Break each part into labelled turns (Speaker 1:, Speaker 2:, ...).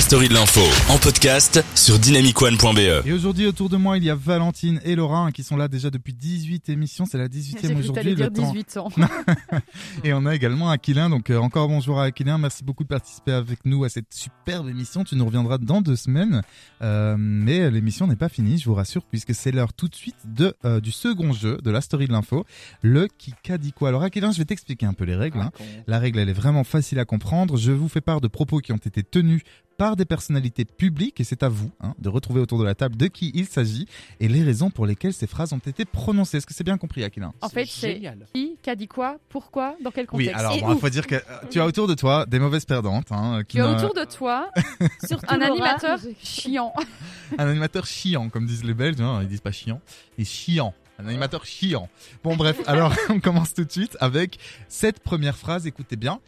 Speaker 1: story de l'info en podcast sur dynamicone.be.
Speaker 2: Et aujourd'hui, autour de moi, il y a Valentine et Laura hein, qui sont là déjà depuis 18 émissions. C'est la 18e
Speaker 3: J'ai cru que
Speaker 2: aujourd'hui.
Speaker 3: t'allais
Speaker 2: le
Speaker 3: dire
Speaker 2: temps-
Speaker 3: 18 ans.
Speaker 2: Et on a également Aquilin. Donc, euh, encore bonjour à Aquilin. Merci beaucoup de participer avec nous à cette superbe émission. Tu nous reviendras dans deux semaines. Euh, mais l'émission n'est pas finie, je vous rassure, puisque c'est l'heure tout de suite de, euh, du second jeu de la story de l'info, le qui qu'a dit quoi. Alors, Aquilin, je vais t'expliquer un peu les règles. hein. La règle, elle est vraiment facile à comprendre. Je vous fais part de propos qui ont été tenus par des personnalités publiques et c'est à vous hein, de retrouver autour de la table de qui il s'agit et les raisons pour lesquelles ces phrases ont été prononcées. Est-ce que c'est bien compris, Aquilin
Speaker 3: En fait, c'est
Speaker 4: génial.
Speaker 3: qui, qu'a dit quoi, pourquoi, dans quel contexte. Mhm.
Speaker 2: Oui, alors
Speaker 5: Et
Speaker 2: bon, il
Speaker 5: où
Speaker 2: faut dire que euh, tu as autour de toi des mauvaises perdantes, hein, qui
Speaker 3: Tu as
Speaker 2: n'a-
Speaker 3: autour de toi
Speaker 5: Surtout
Speaker 3: un
Speaker 5: Laura.
Speaker 3: animateur chiant.
Speaker 2: un animateur chiant, comme disent les Belges, hein, ils disent pas chiant, et chiant. Un animateur chiant. Bon bref, alors on commence tout de suite avec cette première phrase, écoutez bien.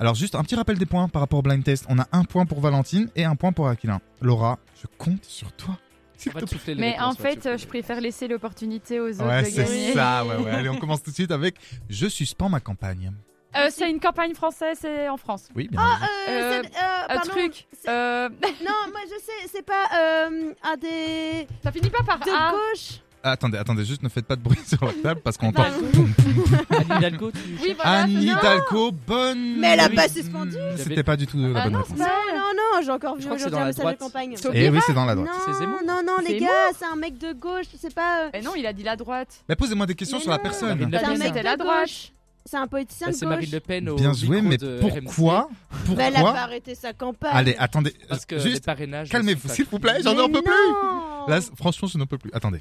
Speaker 2: Alors juste un petit rappel des points par rapport au blind test. On a un point pour Valentine et un point pour Aquilin. Laura, je compte sur toi.
Speaker 4: On va te souffler les
Speaker 3: Mais
Speaker 4: réponses,
Speaker 3: en fait,
Speaker 4: ouais,
Speaker 3: euh,
Speaker 4: s'il te
Speaker 3: je
Speaker 4: plaît.
Speaker 3: préfère laisser l'opportunité aux autres
Speaker 2: Ouais,
Speaker 3: de gagner.
Speaker 2: c'est ça, ouais, ouais. Allez, on commence tout de suite avec Je suspends ma campagne.
Speaker 3: Euh, c'est une campagne française c'est en France.
Speaker 2: Oui, bien.
Speaker 5: Euh,
Speaker 3: Euh,
Speaker 5: c'est- euh,
Speaker 3: Un
Speaker 5: pardon.
Speaker 3: truc.
Speaker 5: C'est-
Speaker 3: euh,
Speaker 5: Non, moi je sais, c'est pas euh, un des
Speaker 3: ça finit pas par
Speaker 5: de
Speaker 3: A.
Speaker 5: gauche.
Speaker 2: Ah, Attendez, attendez, juste ne faites pas de bruit sur la table parce qu'on entend
Speaker 5: Pardon.
Speaker 4: Anne Hidalgo, tu
Speaker 3: Oui, voilà.
Speaker 2: Anne
Speaker 3: c'est ça.
Speaker 2: Hidalgo, bonne.
Speaker 5: Mais elle a pas
Speaker 2: Mm,
Speaker 5: suspendu.
Speaker 2: C'était pas du tout la
Speaker 3: Ah
Speaker 2: bonne
Speaker 3: non,
Speaker 2: réponse.
Speaker 3: c'est pas
Speaker 5: Non, non, non, j'ai encore
Speaker 4: Je
Speaker 5: vu
Speaker 4: crois que c'est
Speaker 5: aujourd'hui
Speaker 4: dans
Speaker 5: un
Speaker 4: la
Speaker 5: message
Speaker 4: droite.
Speaker 5: de campagne.
Speaker 3: Sauf-
Speaker 2: Et oui, c'est dans la droite.
Speaker 4: C'est
Speaker 5: Non,
Speaker 4: Zemmour.
Speaker 5: non, non, les
Speaker 3: Zemmour.
Speaker 5: gars, c'est un mec de gauche, c'est pas. euh,
Speaker 3: Mais non, il a dit la droite.
Speaker 2: Mais posez-moi des questions
Speaker 5: Mais
Speaker 2: sur la
Speaker 5: non.
Speaker 2: personne.
Speaker 4: Marine Le
Speaker 5: C'est un
Speaker 4: Pen.
Speaker 5: mec
Speaker 3: C'était la
Speaker 5: de
Speaker 3: droite.
Speaker 5: gauche. C'est un politicien
Speaker 4: Bah,
Speaker 5: de
Speaker 4: C'est Marine
Speaker 5: gauche.
Speaker 4: Le Pen au
Speaker 2: Bien joué,
Speaker 4: micro
Speaker 2: mais
Speaker 4: de RMC,
Speaker 2: pourquoi
Speaker 5: Bah, elle a pas
Speaker 2: Pourquoi
Speaker 5: arrêté sa campagne.
Speaker 2: Allez, attendez,
Speaker 4: Parce que les
Speaker 2: juste
Speaker 4: parrainages...
Speaker 2: calmez-vous,
Speaker 4: c'est
Speaker 2: s'il vous plaît,
Speaker 5: Mais
Speaker 2: j'en peux plus.
Speaker 5: non.
Speaker 2: Là, c- franchement, je n'en peux plus. Attendez.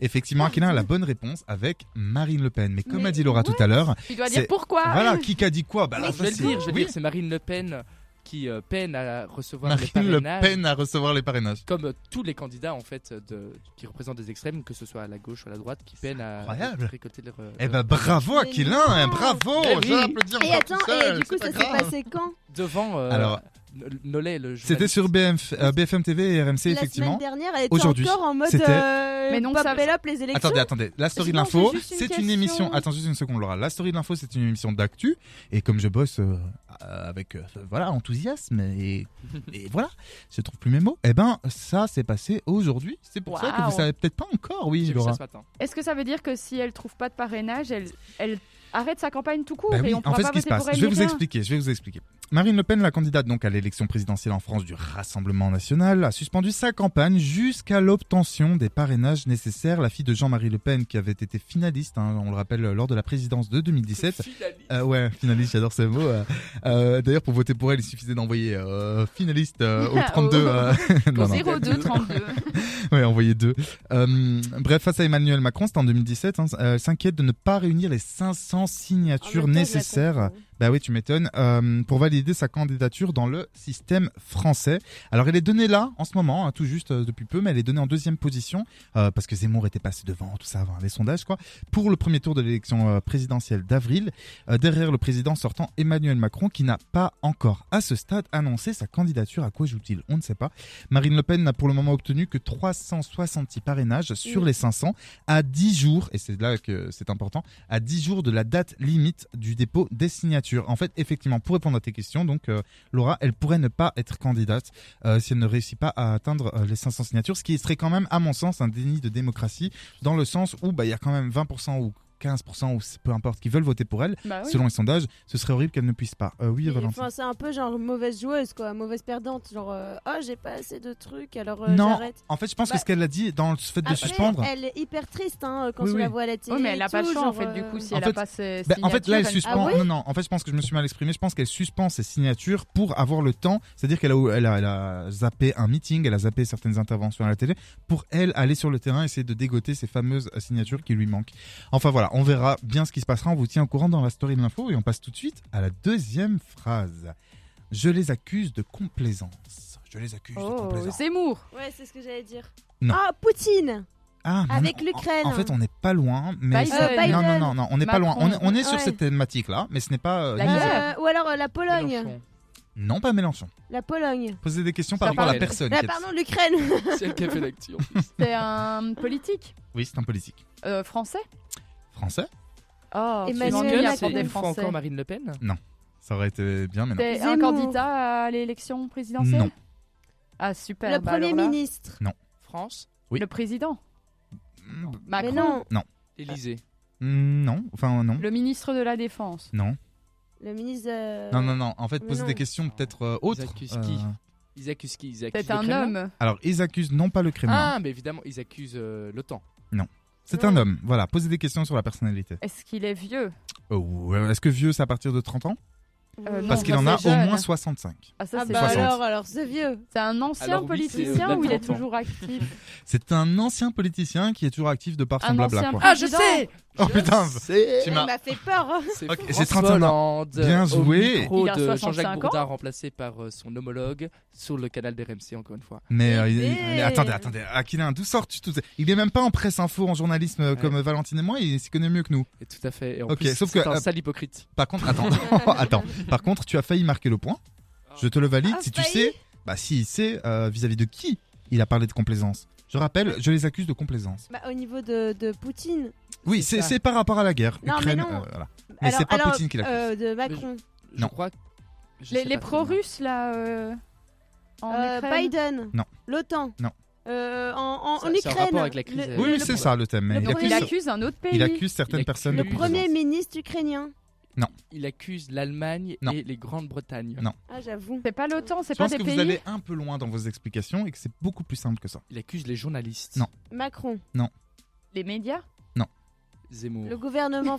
Speaker 2: Effectivement, Akina a la bonne réponse avec Marine Le Pen. Mais comme
Speaker 5: Mais
Speaker 2: a dit Laura tout à l'heure,
Speaker 3: Il doit
Speaker 2: C'est-
Speaker 3: dire pourquoi.
Speaker 2: voilà, qui a dit quoi bah,
Speaker 4: pas-
Speaker 2: là,
Speaker 4: Je vais le
Speaker 2: c'est-
Speaker 4: dire, je vais le
Speaker 2: oui,
Speaker 4: dire, c'est Marine Le Pen qui euh, peine à recevoir les
Speaker 2: Marine Le
Speaker 4: parrainages.
Speaker 2: Pen à recevoir les parrainages.
Speaker 4: Comme euh, tous les candidats en fait de, qui représentent des extrêmes, que ce soit à la gauche ou à la droite, qui peinent à
Speaker 2: incroyable.
Speaker 4: récolter leur.
Speaker 2: Eh
Speaker 4: leur-
Speaker 2: ben bravo
Speaker 5: Mais
Speaker 2: Aquilin,
Speaker 5: non.
Speaker 2: hein, bravo,
Speaker 4: Eh Euh, oui.
Speaker 2: j'ai applaudi
Speaker 5: Et
Speaker 2: encore
Speaker 5: attends,
Speaker 2: tout
Speaker 5: et
Speaker 2: seul,
Speaker 5: du coup,
Speaker 2: c'est
Speaker 5: ça
Speaker 2: pas
Speaker 5: s'est
Speaker 2: grave.
Speaker 5: passé quand
Speaker 4: devant euh,
Speaker 2: Alors-
Speaker 4: N- Nollet, le
Speaker 2: C'était
Speaker 4: journaliste.
Speaker 2: sur BMF, euh, BFM TV et RMC,
Speaker 5: La semaine
Speaker 2: effectivement.
Speaker 5: dernière, elle était
Speaker 2: Aujourd'hui,
Speaker 5: encore en mode.
Speaker 2: c'était-
Speaker 5: euh,
Speaker 3: Mais non,
Speaker 5: Pop
Speaker 3: ça-
Speaker 5: Bell Up, les élections.
Speaker 2: Attendez, attendez. La story de
Speaker 5: Non,
Speaker 2: l'info,
Speaker 5: c'est juste une
Speaker 2: c'est une
Speaker 5: question.
Speaker 2: émission. Attends juste une seconde, Laura. La story de l'info, c'est une émission d'actu. Et comme je bosse euh, euh, avec euh, voilà enthousiasme et, et voilà, je trouve plus mes mots. Eh ben, ça s'est passé aujourd'hui. C'est pour ça que vous
Speaker 3: Waouh.
Speaker 2: savez peut-être pas encore, oui,
Speaker 4: J'ai vu
Speaker 2: Laura.
Speaker 4: ça ce matin.
Speaker 3: Est-ce que ça veut dire que si elle trouve pas de parrainage, elle, elle arrête sa campagne tout court
Speaker 2: Bah oui,
Speaker 3: et on
Speaker 2: en
Speaker 3: pourra
Speaker 2: fait,
Speaker 3: pas
Speaker 2: ce qui se
Speaker 3: voter
Speaker 2: passe,
Speaker 3: pour elle
Speaker 2: je vais
Speaker 3: ni
Speaker 2: vous
Speaker 3: rien
Speaker 2: expliquer. Je vais vous expliquer. Marine Le Pen, la candidate donc à l'élection présidentielle en France du Rassemblement national, a suspendu sa campagne jusqu'à l'obtention des parrainages nécessaires. La fille de Jean-Marie Le Pen, qui avait été finaliste, hein, on le rappelle, lors de la présidence de 2017, Euh, ouais, finaliste, j'adore ce mot. euh. Euh, D'ailleurs, pour voter pour elle, il suffisait d'envoyer euh, finaliste euh, au 32. euh, non, non.
Speaker 3: 02 32.
Speaker 2: Ouais, envoyer deux. Euh, bref, face à Emmanuel Macron, c'était en 2017. hein, euh, elle s'inquiète de ne pas réunir les 500
Speaker 5: En
Speaker 2: signatures
Speaker 5: même temps, je la
Speaker 2: nécessaires.
Speaker 5: comprends.
Speaker 2: Bah oui, tu m'étonnes. euh, pour valider sa candidature dans le système français. Alors, elle est donnée là en ce moment, hein, tout juste euh, depuis peu, mais elle est donnée en deuxième position euh, parce que Zemmour était passé devant, tout ça, avant les sondages, quoi. Pour le premier tour de l'élection euh, présidentielle d'avril, euh, derrière le président sortant Emmanuel Macron, qui n'a pas encore à ce stade annoncé sa candidature. À quoi joue-t-il On ne sait pas. Marine Le Pen n'a pour le moment obtenu que 366 parrainages sur
Speaker 5: Oui.
Speaker 2: les 500 à 10 jours, et c'est là que c'est important, à 10 jours de la date limite du dépôt des signatures. En fait, effectivement, pour répondre à tes questions, donc euh, Laura, elle pourrait ne pas être candidate euh, si elle ne réussit pas à atteindre euh, les 500 signatures, ce qui serait quand même, à mon sens, un déni de démocratie, dans le sens où bah, il y a quand même 20% ou 15% ou c- peu importe qui veulent voter pour elle.
Speaker 3: Bah oui.
Speaker 2: Selon les sondages, ce serait horrible qu'elle ne puisse pas. Euh, oui,
Speaker 5: Et,
Speaker 2: Valentine.
Speaker 5: Ah enfin, c'est un peu genre mauvaise joueuse, quoi, mauvaise perdante. Genre, euh, oh, j'ai pas assez de trucs, alors euh,
Speaker 2: non,
Speaker 5: j'arrête.
Speaker 2: en fait, je pense
Speaker 5: Bah,
Speaker 2: que ce qu'elle a dit dans le fait de
Speaker 5: Après,
Speaker 2: suspendre.
Speaker 5: Elle est hyper triste hein, quand
Speaker 2: Oui,
Speaker 5: on
Speaker 2: oui.
Speaker 5: la voit à la télé.
Speaker 3: Oui, mais elle
Speaker 5: et
Speaker 3: a pas
Speaker 5: tout,
Speaker 3: le choix en
Speaker 5: genre,
Speaker 3: fait, du
Speaker 5: euh,
Speaker 3: coup, si
Speaker 2: en
Speaker 3: elle
Speaker 2: fait-
Speaker 3: a pas ses
Speaker 2: Bah, en fait, là, elle
Speaker 3: signatures,
Speaker 2: suspend.
Speaker 5: Ah ouais
Speaker 2: non, non, en fait, je pense que je me suis mal exprimé. Je pense qu'elle suspend ses signatures pour avoir le temps. C'est-à-dire qu'elle a, elle a, elle a zappé un meeting, elle a zappé certaines interventions à la télé pour elle aller sur le terrain essayer de dégoter ces fameuses signatures qui lui manquent. Enfin voilà, on verra bien ce qui se passera. On vous tient au courant dans la story de l'info et on passe tout de suite à la deuxième phrase. Je les accuse de complaisance. Je les accuse de
Speaker 3: Oh,
Speaker 2: complaisance.
Speaker 3: Zemmour.
Speaker 5: Ouais, c'est ce que j'allais dire.
Speaker 2: Non.
Speaker 5: Ah, Poutine
Speaker 2: Ah, mais
Speaker 5: Avec
Speaker 2: non,
Speaker 5: l'Ukraine.
Speaker 2: En, en fait, on n'est pas loin, mais
Speaker 3: Biden.
Speaker 2: ça-
Speaker 5: Euh, Biden.
Speaker 2: non, non, non, non, on n'est pas loin.
Speaker 3: Macron.
Speaker 2: On est, on est sur
Speaker 5: Ouais.
Speaker 2: cette thématique-là, mais ce n'est pas euh,
Speaker 3: La
Speaker 2: ni-
Speaker 3: guerre.
Speaker 5: Euh, Ou alors euh, la Pologne.
Speaker 4: Mélenchon.
Speaker 2: non pas Mélenchon.
Speaker 5: La Pologne.
Speaker 2: Posez des questions par
Speaker 4: Ça
Speaker 2: rapport à la
Speaker 4: parle.
Speaker 2: personne.
Speaker 5: Ah,
Speaker 2: qui est-
Speaker 5: pardon, l'Ukraine.
Speaker 4: C'est elle qui a fait l'actu.
Speaker 3: C'est un politique
Speaker 2: Oui, c'est un politique.
Speaker 3: euh, français.
Speaker 2: Français
Speaker 3: Oh,
Speaker 5: Emmanuel
Speaker 3: tu m'ennuies
Speaker 5: Macron.
Speaker 3: à prendre
Speaker 4: C'est
Speaker 3: des
Speaker 4: une fois
Speaker 3: français.
Speaker 4: encore Marine Le Pen.
Speaker 2: Ça aurait été bien, mais non.
Speaker 3: C'est un
Speaker 5: Zemmour.
Speaker 3: candidat à l'élection présidentielle
Speaker 2: Non.
Speaker 3: Ah, super.
Speaker 5: Le
Speaker 3: bah
Speaker 5: Premier
Speaker 3: alors là,
Speaker 5: ministre.
Speaker 4: France,
Speaker 2: Oui.
Speaker 3: Le président.
Speaker 2: Mm,
Speaker 3: Macron.
Speaker 5: Mais non,
Speaker 4: l'Elysée.
Speaker 2: mm, Non, enfin non.
Speaker 3: Le ministre de la Défense.
Speaker 2: Non.
Speaker 5: le ministre. euh,
Speaker 2: Non, non, non. En fait,
Speaker 5: mais
Speaker 2: poser
Speaker 5: non.
Speaker 2: des questions peut-être euh, autres.
Speaker 4: Isaac Kuski.
Speaker 2: Euh,
Speaker 4: Ils accusent qui Ils accusent
Speaker 3: Peut-être
Speaker 4: le
Speaker 3: un
Speaker 4: Kremlin
Speaker 3: homme.
Speaker 2: Alors, ils accusent non pas le Kremlin.
Speaker 4: Ah, mais évidemment, ils accusent euh, l'OTAN.
Speaker 2: C'est un homme. Voilà, poser des questions sur la personnalité.
Speaker 3: Est-ce qu'il est vieux
Speaker 2: Oh, euh, est-ce que vieux, c'est à partir de 30 ans
Speaker 3: Euh, non.
Speaker 2: Parce qu'il en
Speaker 3: ça,
Speaker 2: a
Speaker 3: c'est
Speaker 2: au
Speaker 3: jeune.
Speaker 2: moins 65.
Speaker 3: Ah, ça,
Speaker 5: Ah
Speaker 3: c'est
Speaker 5: bah
Speaker 2: 60.
Speaker 5: alors, alors ce vieux.
Speaker 3: C'est un ancien
Speaker 4: Alors oui, c'est, euh,
Speaker 3: politicien
Speaker 4: de la
Speaker 3: ou il est
Speaker 4: 30 ans.
Speaker 3: toujours actif
Speaker 2: C'est un ancien politicien qui est toujours actif de par son
Speaker 3: Un
Speaker 2: blabla.
Speaker 3: ancien
Speaker 2: quoi.
Speaker 3: Ah, je sais
Speaker 2: Oh putain
Speaker 4: C'est
Speaker 2: Tu
Speaker 5: Il
Speaker 2: m'as-
Speaker 5: m'a fait peur. hein.
Speaker 2: Ok, c'est 31
Speaker 4: c'est François Hollande.
Speaker 2: Bien joué.
Speaker 4: Au micro
Speaker 3: Il a
Speaker 4: de
Speaker 3: 65
Speaker 4: Jean-Jacques
Speaker 3: ans.
Speaker 4: Bourdin, remplacé par euh, son homologue sur le canal des RMC, encore une fois.
Speaker 2: Mais, euh, il-
Speaker 5: Eh
Speaker 2: mais attendez, attendez, Ah, Aquilin, d'où sort-tu tout ça Il est même pas en presse info, en journalisme euh,
Speaker 4: Ouais.
Speaker 2: comme Valentine et moi, il s'y connaît mieux que nous.
Speaker 4: Et tout à fait. Et en
Speaker 2: Ok,
Speaker 4: plus,
Speaker 2: sauf
Speaker 4: c'est
Speaker 2: que,
Speaker 4: un
Speaker 2: euh,
Speaker 4: sale hypocrite.
Speaker 2: Par contre, attends, attends. Par contre, tu as failli marquer le point. Je te le valide.
Speaker 5: Ah,
Speaker 2: si tu
Speaker 5: failli
Speaker 2: sais, bah si il sait euh, vis-à-vis de qui il a parlé de complaisance. Je rappelle, je les accuse de complaisance.
Speaker 5: Bah, au niveau de, de Poutine.
Speaker 2: Oui,
Speaker 4: C'est
Speaker 2: c'est
Speaker 4: ça.
Speaker 2: c'est par rapport à la guerre.
Speaker 5: Non, mais
Speaker 2: Ukraine.
Speaker 5: non.
Speaker 2: euh, voilà. Mais c'est pas
Speaker 5: alors,
Speaker 2: Poutine qui l'accuse.
Speaker 5: euh, de Macron.
Speaker 4: Je
Speaker 2: Non.
Speaker 4: crois. que- je
Speaker 3: Les,
Speaker 4: sais
Speaker 3: les
Speaker 4: pas
Speaker 3: pro-russes, là, euh, en
Speaker 5: Euh,
Speaker 3: Ukraine.
Speaker 5: Biden.
Speaker 2: Non.
Speaker 5: L'OTAN.
Speaker 2: Non.
Speaker 5: Euh, en, en-
Speaker 4: Ça-
Speaker 5: en
Speaker 4: c'est un
Speaker 5: Ukraine.
Speaker 4: rapport avec la crise,
Speaker 5: Le-
Speaker 4: euh,
Speaker 2: Oui,
Speaker 5: le-
Speaker 2: c'est
Speaker 4: pro-
Speaker 2: ça le thème. mais
Speaker 3: Le
Speaker 2: il,
Speaker 3: pro-
Speaker 2: accuse,
Speaker 3: il accuse un autre pays.
Speaker 2: il accuse certaines
Speaker 4: accuse-
Speaker 2: personnes.
Speaker 4: le
Speaker 2: de
Speaker 5: le Premier
Speaker 2: complaisance.
Speaker 5: ministre ukrainien.
Speaker 4: comment. Il accuse l'Allemagne
Speaker 2: Non.
Speaker 4: et les Grandes-Bretagnes.
Speaker 2: Non.
Speaker 5: Ah, j'avoue.
Speaker 3: C'est pas l'OTAN, c'est
Speaker 2: Je
Speaker 3: pas
Speaker 2: pense
Speaker 3: des
Speaker 2: que
Speaker 3: pays.
Speaker 2: vous allez un peu loin dans vos explications et que c'est beaucoup plus simple que ça.
Speaker 4: Il accuse les journalistes.
Speaker 2: Non.
Speaker 5: Macron.
Speaker 3: Les médias
Speaker 4: Zemmour.
Speaker 5: Le gouvernement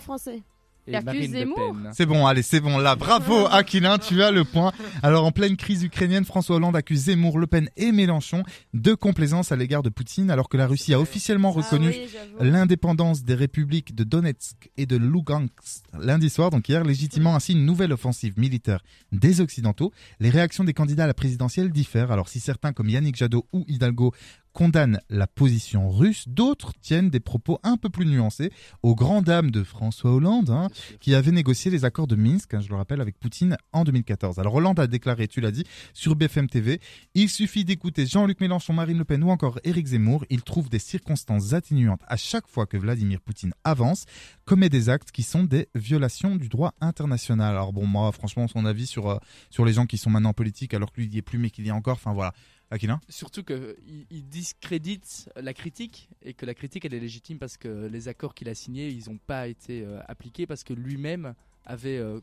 Speaker 5: français.
Speaker 4: Et
Speaker 3: Il accuse
Speaker 4: Marine Le
Speaker 3: Zemmour.
Speaker 4: Pen.
Speaker 2: C'est bon, allez, c'est bon, là, bravo Aquilin, tu as le point. Alors, en pleine crise ukrainienne, François Hollande accuse Zemmour, Le Pen et Mélenchon de complaisance à l'égard de Poutine, alors que la Russie a officiellement reconnu
Speaker 5: Ah oui, j'avoue.
Speaker 2: l'indépendance des républiques de Donetsk et de Lugansk lundi soir, donc hier, légitimant ainsi une nouvelle offensive militaire des Occidentaux. Les réactions des candidats à la présidentielle diffèrent. Alors si certains comme Yannick Jadot ou Hidalgo condamnent la position russe, d'autres tiennent des propos un peu plus nuancés aux grandes dames de François Hollande. hein,
Speaker 4: Bien sûr.
Speaker 2: qui avait négocié les accords de Minsk, hein, je le rappelle, avec Poutine en 2014. Alors Hollande a déclaré, tu l'as dit, sur BFM TV, il suffit d'écouter Jean-Luc Mélenchon, Marine Le Pen ou encore Éric Zemmour, il trouve des circonstances atténuantes à chaque fois que Vladimir Poutine avance, commet des actes qui sont des violations du droit international. Alors bon, moi, franchement, son avis sur, euh, sur les gens qui sont maintenant politiques, alors que lui, il y est plus, mais qu'il y est encore, enfin voilà. Aquilin
Speaker 4: Surtout qu'il il discrédite la critique et que la critique elle est légitime parce que les accords qu'il a signés ils n'ont pas été euh, appliqués parce que lui-même avait euh,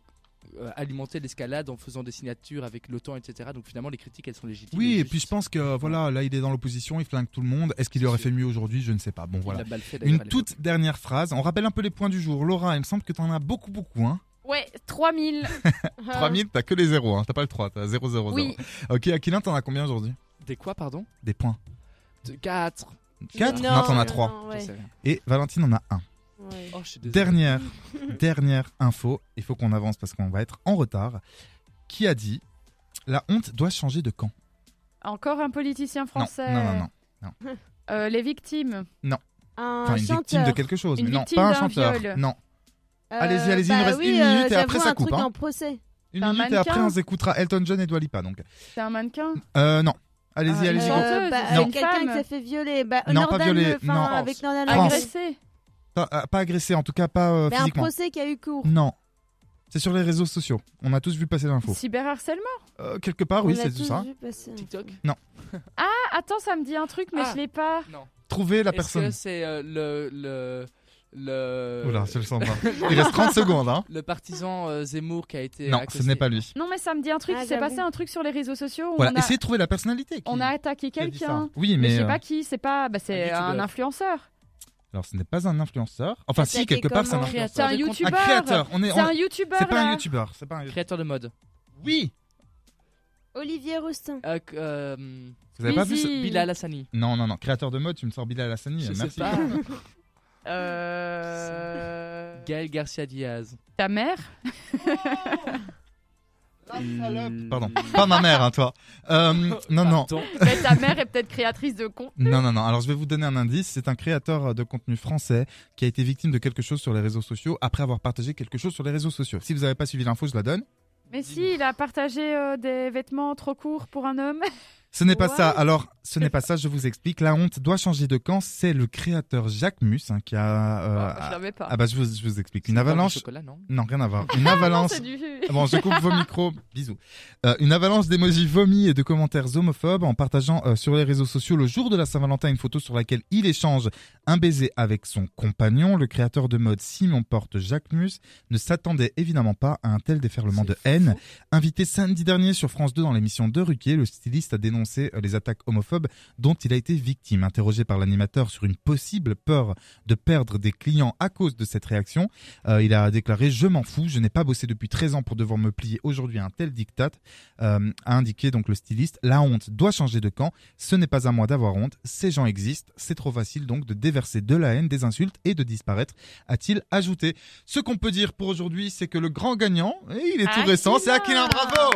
Speaker 4: euh, alimenté l'escalade en faisant des signatures avec l'OTAN etc. Donc finalement les critiques elles sont légitimes.
Speaker 2: Oui, et
Speaker 4: justes.
Speaker 2: puis je pense que voilà, là, il est dans l'opposition, il flingue tout le monde. Est-ce qu'il aurait fait mieux aujourd'hui Je ne sais pas. Bon,
Speaker 4: Il
Speaker 2: voilà.
Speaker 4: l'a mal fait, d'ailleurs,
Speaker 2: Une
Speaker 4: à l'époque.
Speaker 2: toute dernière phrase. On rappelle un peu les points du jour. Laura, il me semble que t'en as beaucoup, beaucoup. Hein.
Speaker 3: Ouais, 3000.
Speaker 5: Ah.
Speaker 2: 3000, t'as que les zéros. Hein. T'as pas le 3, t'as 0, 0,
Speaker 3: Oui.
Speaker 2: Ok, Aquilin, t'en as combien aujourd'hui
Speaker 4: Des quoi pardon
Speaker 2: Des points.
Speaker 4: De 4
Speaker 2: 4
Speaker 5: Non,
Speaker 2: Non, t'en as
Speaker 5: non,
Speaker 2: 3.
Speaker 5: non, ouais,
Speaker 2: Et Valentine en a 1.
Speaker 5: ouais.
Speaker 4: Oh je suis désolé.
Speaker 2: Dernière, dernière info. Il faut qu'on avance parce qu'on va être en retard. Qui a dit La honte doit changer de camp
Speaker 3: Encore un politicien
Speaker 2: Non,
Speaker 3: français.
Speaker 2: non, non, non.
Speaker 3: Euh, les victimes.
Speaker 5: Un
Speaker 2: Enfin, une victime
Speaker 5: chanteur.
Speaker 2: de quelque chose.
Speaker 3: Une
Speaker 2: mais non,
Speaker 3: victime
Speaker 2: pas un
Speaker 3: d'un
Speaker 2: chanteur.
Speaker 3: viol.
Speaker 2: Non.
Speaker 5: Euh,
Speaker 2: Allez-y, allez-y, il nous
Speaker 5: bah
Speaker 2: reste
Speaker 5: oui,
Speaker 2: une
Speaker 5: euh,
Speaker 2: minute et après,
Speaker 5: j'avoue,
Speaker 2: ça
Speaker 5: un
Speaker 2: coupe,
Speaker 5: truc
Speaker 2: hein.
Speaker 5: en procès.
Speaker 2: Une
Speaker 3: C'est un
Speaker 2: minute et
Speaker 3: mannequin
Speaker 2: après, on écoutera Elton John et Dua Lipa. Donc,
Speaker 3: C'est un mannequin.
Speaker 2: euh, non. Allez-y,
Speaker 3: Ah,
Speaker 2: allez-y,
Speaker 3: non.
Speaker 2: go.
Speaker 3: chanteuse,
Speaker 5: bah,
Speaker 3: c'est
Speaker 5: avec
Speaker 3: une
Speaker 5: quelqu'un
Speaker 3: femme.
Speaker 5: qui s'est fait violer. Bah,
Speaker 2: Non, pas
Speaker 5: Nordal,
Speaker 2: violée,
Speaker 5: enfin,
Speaker 2: non.
Speaker 5: avec Nordal
Speaker 2: France.
Speaker 5: Legrand.
Speaker 3: Agressé.
Speaker 2: Pas, euh, pas agressé, en tout cas pas euh,
Speaker 5: Mais un
Speaker 2: physiquement.
Speaker 5: procès qui a eu cours.
Speaker 2: Non. C'est sur les réseaux sociaux. On a tous vu passer l'info.
Speaker 3: Cyberharcèlement.
Speaker 2: Euh, quelque part, oui,
Speaker 5: On l'a
Speaker 2: c'est tout
Speaker 5: tous
Speaker 2: ça.
Speaker 5: vu passer.
Speaker 4: TikTok
Speaker 3: Ah, attends, ça me dit un truc, mais
Speaker 4: Ah.
Speaker 3: je l'ai pas.
Speaker 4: Non.
Speaker 2: Trouver la
Speaker 4: Est-ce
Speaker 2: personne.
Speaker 4: que c'est euh, le le le
Speaker 3: euh,
Speaker 2: Oula, je le sens pas. Il reste 30 secondes, hein.
Speaker 4: le partisan euh, Zemmour qui a été
Speaker 2: Non,
Speaker 4: accosté.
Speaker 2: ce n'est pas lui.
Speaker 3: Non, mais ça me dit un truc.
Speaker 5: Ah,
Speaker 3: il s'est
Speaker 5: j'avoue.
Speaker 3: passé un truc sur les réseaux sociaux. où
Speaker 2: Voilà,
Speaker 3: on, a,
Speaker 2: essayez de trouver la personnalité. qui-
Speaker 3: on a attaqué
Speaker 2: qui a dit
Speaker 3: quelqu'un.
Speaker 2: ça. Oui, mais.
Speaker 3: Mais je sais
Speaker 2: euh,
Speaker 3: pas qui. C'est pas. Bah, c'est
Speaker 4: Un
Speaker 3: un,
Speaker 4: youtubeur.
Speaker 3: influenceur.
Speaker 2: Alors, ce n'est pas un influenceur. Enfin, si,
Speaker 5: Attaqué
Speaker 2: quelque part, c'est un
Speaker 5: comment
Speaker 2: influenceur.
Speaker 3: C'est un
Speaker 4: de contenu.
Speaker 2: Un
Speaker 3: youtubeur.
Speaker 2: créateur. On est.
Speaker 3: C'est
Speaker 2: on-
Speaker 3: un youtubeur.
Speaker 2: C'est pas un
Speaker 3: là.
Speaker 2: youtubeur. C'est pas un.
Speaker 4: Créateur de mode.
Speaker 2: Oui.
Speaker 5: Olivier Rustin.
Speaker 4: Euh, que, euh,
Speaker 2: Vous avez pas vu ce-
Speaker 3: Easy.
Speaker 4: Bilal Hassani.
Speaker 2: Non, non, non. Créateur de mode, tu me sors Bilal Hassani.
Speaker 4: Je
Speaker 2: Merci.
Speaker 4: sais pas.
Speaker 3: Euh...
Speaker 4: Gaël Garcia Diaz.
Speaker 3: Ta mère
Speaker 2: Pardon. Pas ma mère, hein, toi. Euh, non, non.
Speaker 3: Mais ta mère est peut-être créatrice de compte.
Speaker 2: Non, non, non. Alors, je vais vous donner un indice. C'est un créateur euh, de contenu français qui a été victime de quelque chose sur les réseaux sociaux après avoir partagé quelque chose sur les réseaux sociaux. Si vous n'avez pas suivi l'info, je la donne.
Speaker 3: Mais si, il a partagé euh, des vêtements trop courts pour un homme.
Speaker 2: Ce n'est pas
Speaker 5: Ouais.
Speaker 2: ça. Alors, ce n'est pas ça, je vous explique. La honte doit changer de camp. C'est le créateur Jacques Mus hein, qui a... euh,
Speaker 3: Ah, je
Speaker 2: ah,
Speaker 3: l'avais pas.
Speaker 2: ah bah, je vous, je vous explique.
Speaker 4: C'est
Speaker 2: Une
Speaker 4: pas du
Speaker 2: avalanche...
Speaker 4: chocolat, non
Speaker 2: Non, rien à voir. Une
Speaker 3: Non,
Speaker 2: avalanche...
Speaker 3: c'est du
Speaker 2: Ah Bon, je coupe vos micros. Bisous. Euh, une avalanche d'émojis vomis et de commentaires homophobes en partageant euh, sur les réseaux sociaux le jour de la Saint-Valentin une photo sur laquelle il échange un baiser avec son compagnon. Le créateur de mode Simon Porte Jacquemus ne s'attendait évidemment pas à un tel déferlement de haine. Invité samedi dernier sur France 2 dans l'émission De Ruquier, le styliste a dénoncé euh, les attaques homophobes dont il a été victime. Interrogé par l'animateur sur une possible peur de perdre des clients à cause de cette réaction, euh, il a déclaré Je m'en fous, je n'ai pas bossé depuis 13 ans pour devoir me plier aujourd'hui à un tel diktat. Euh, a indiqué donc le styliste La honte doit changer de camp, ce n'est pas à moi d'avoir honte, ces gens existent, c'est trop facile donc de déverser de la haine, des insultes et de disparaître, a-t-il ajouté. Ce qu'on peut dire pour aujourd'hui, c'est que le grand gagnant, et il est tout
Speaker 3: Akina
Speaker 2: récent, c'est Akilin, bravo